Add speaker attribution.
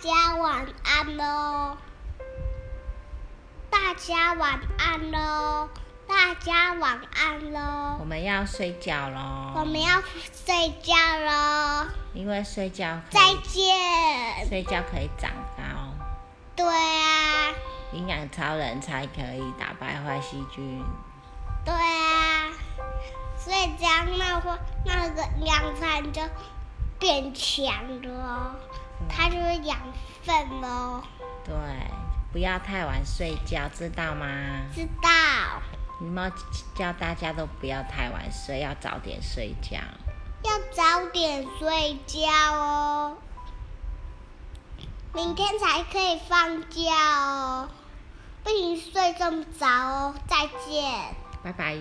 Speaker 1: 家晚安喽！大家晚安喽！大家晚安
Speaker 2: 我
Speaker 1: 喽！
Speaker 2: 们要睡觉喽。
Speaker 1: 我们要睡觉喽，
Speaker 2: 因为睡觉可
Speaker 1: 再
Speaker 2: 以
Speaker 1: 见。
Speaker 2: 睡觉可以长高，
Speaker 1: 对啊，
Speaker 2: 营养超人才可以打败坏细菌。
Speaker 1: 对啊，所以这样那会那个养蚕就变强了，它就是养分哦喽，
Speaker 2: 对，不要太晚睡觉，知道吗？
Speaker 1: 知道。
Speaker 2: 你们叫大家都不要太晚睡，要早点睡觉。
Speaker 1: 要早点睡觉哦，明天才可以放假哦，不行睡这么早哦，再见。
Speaker 2: 拜拜。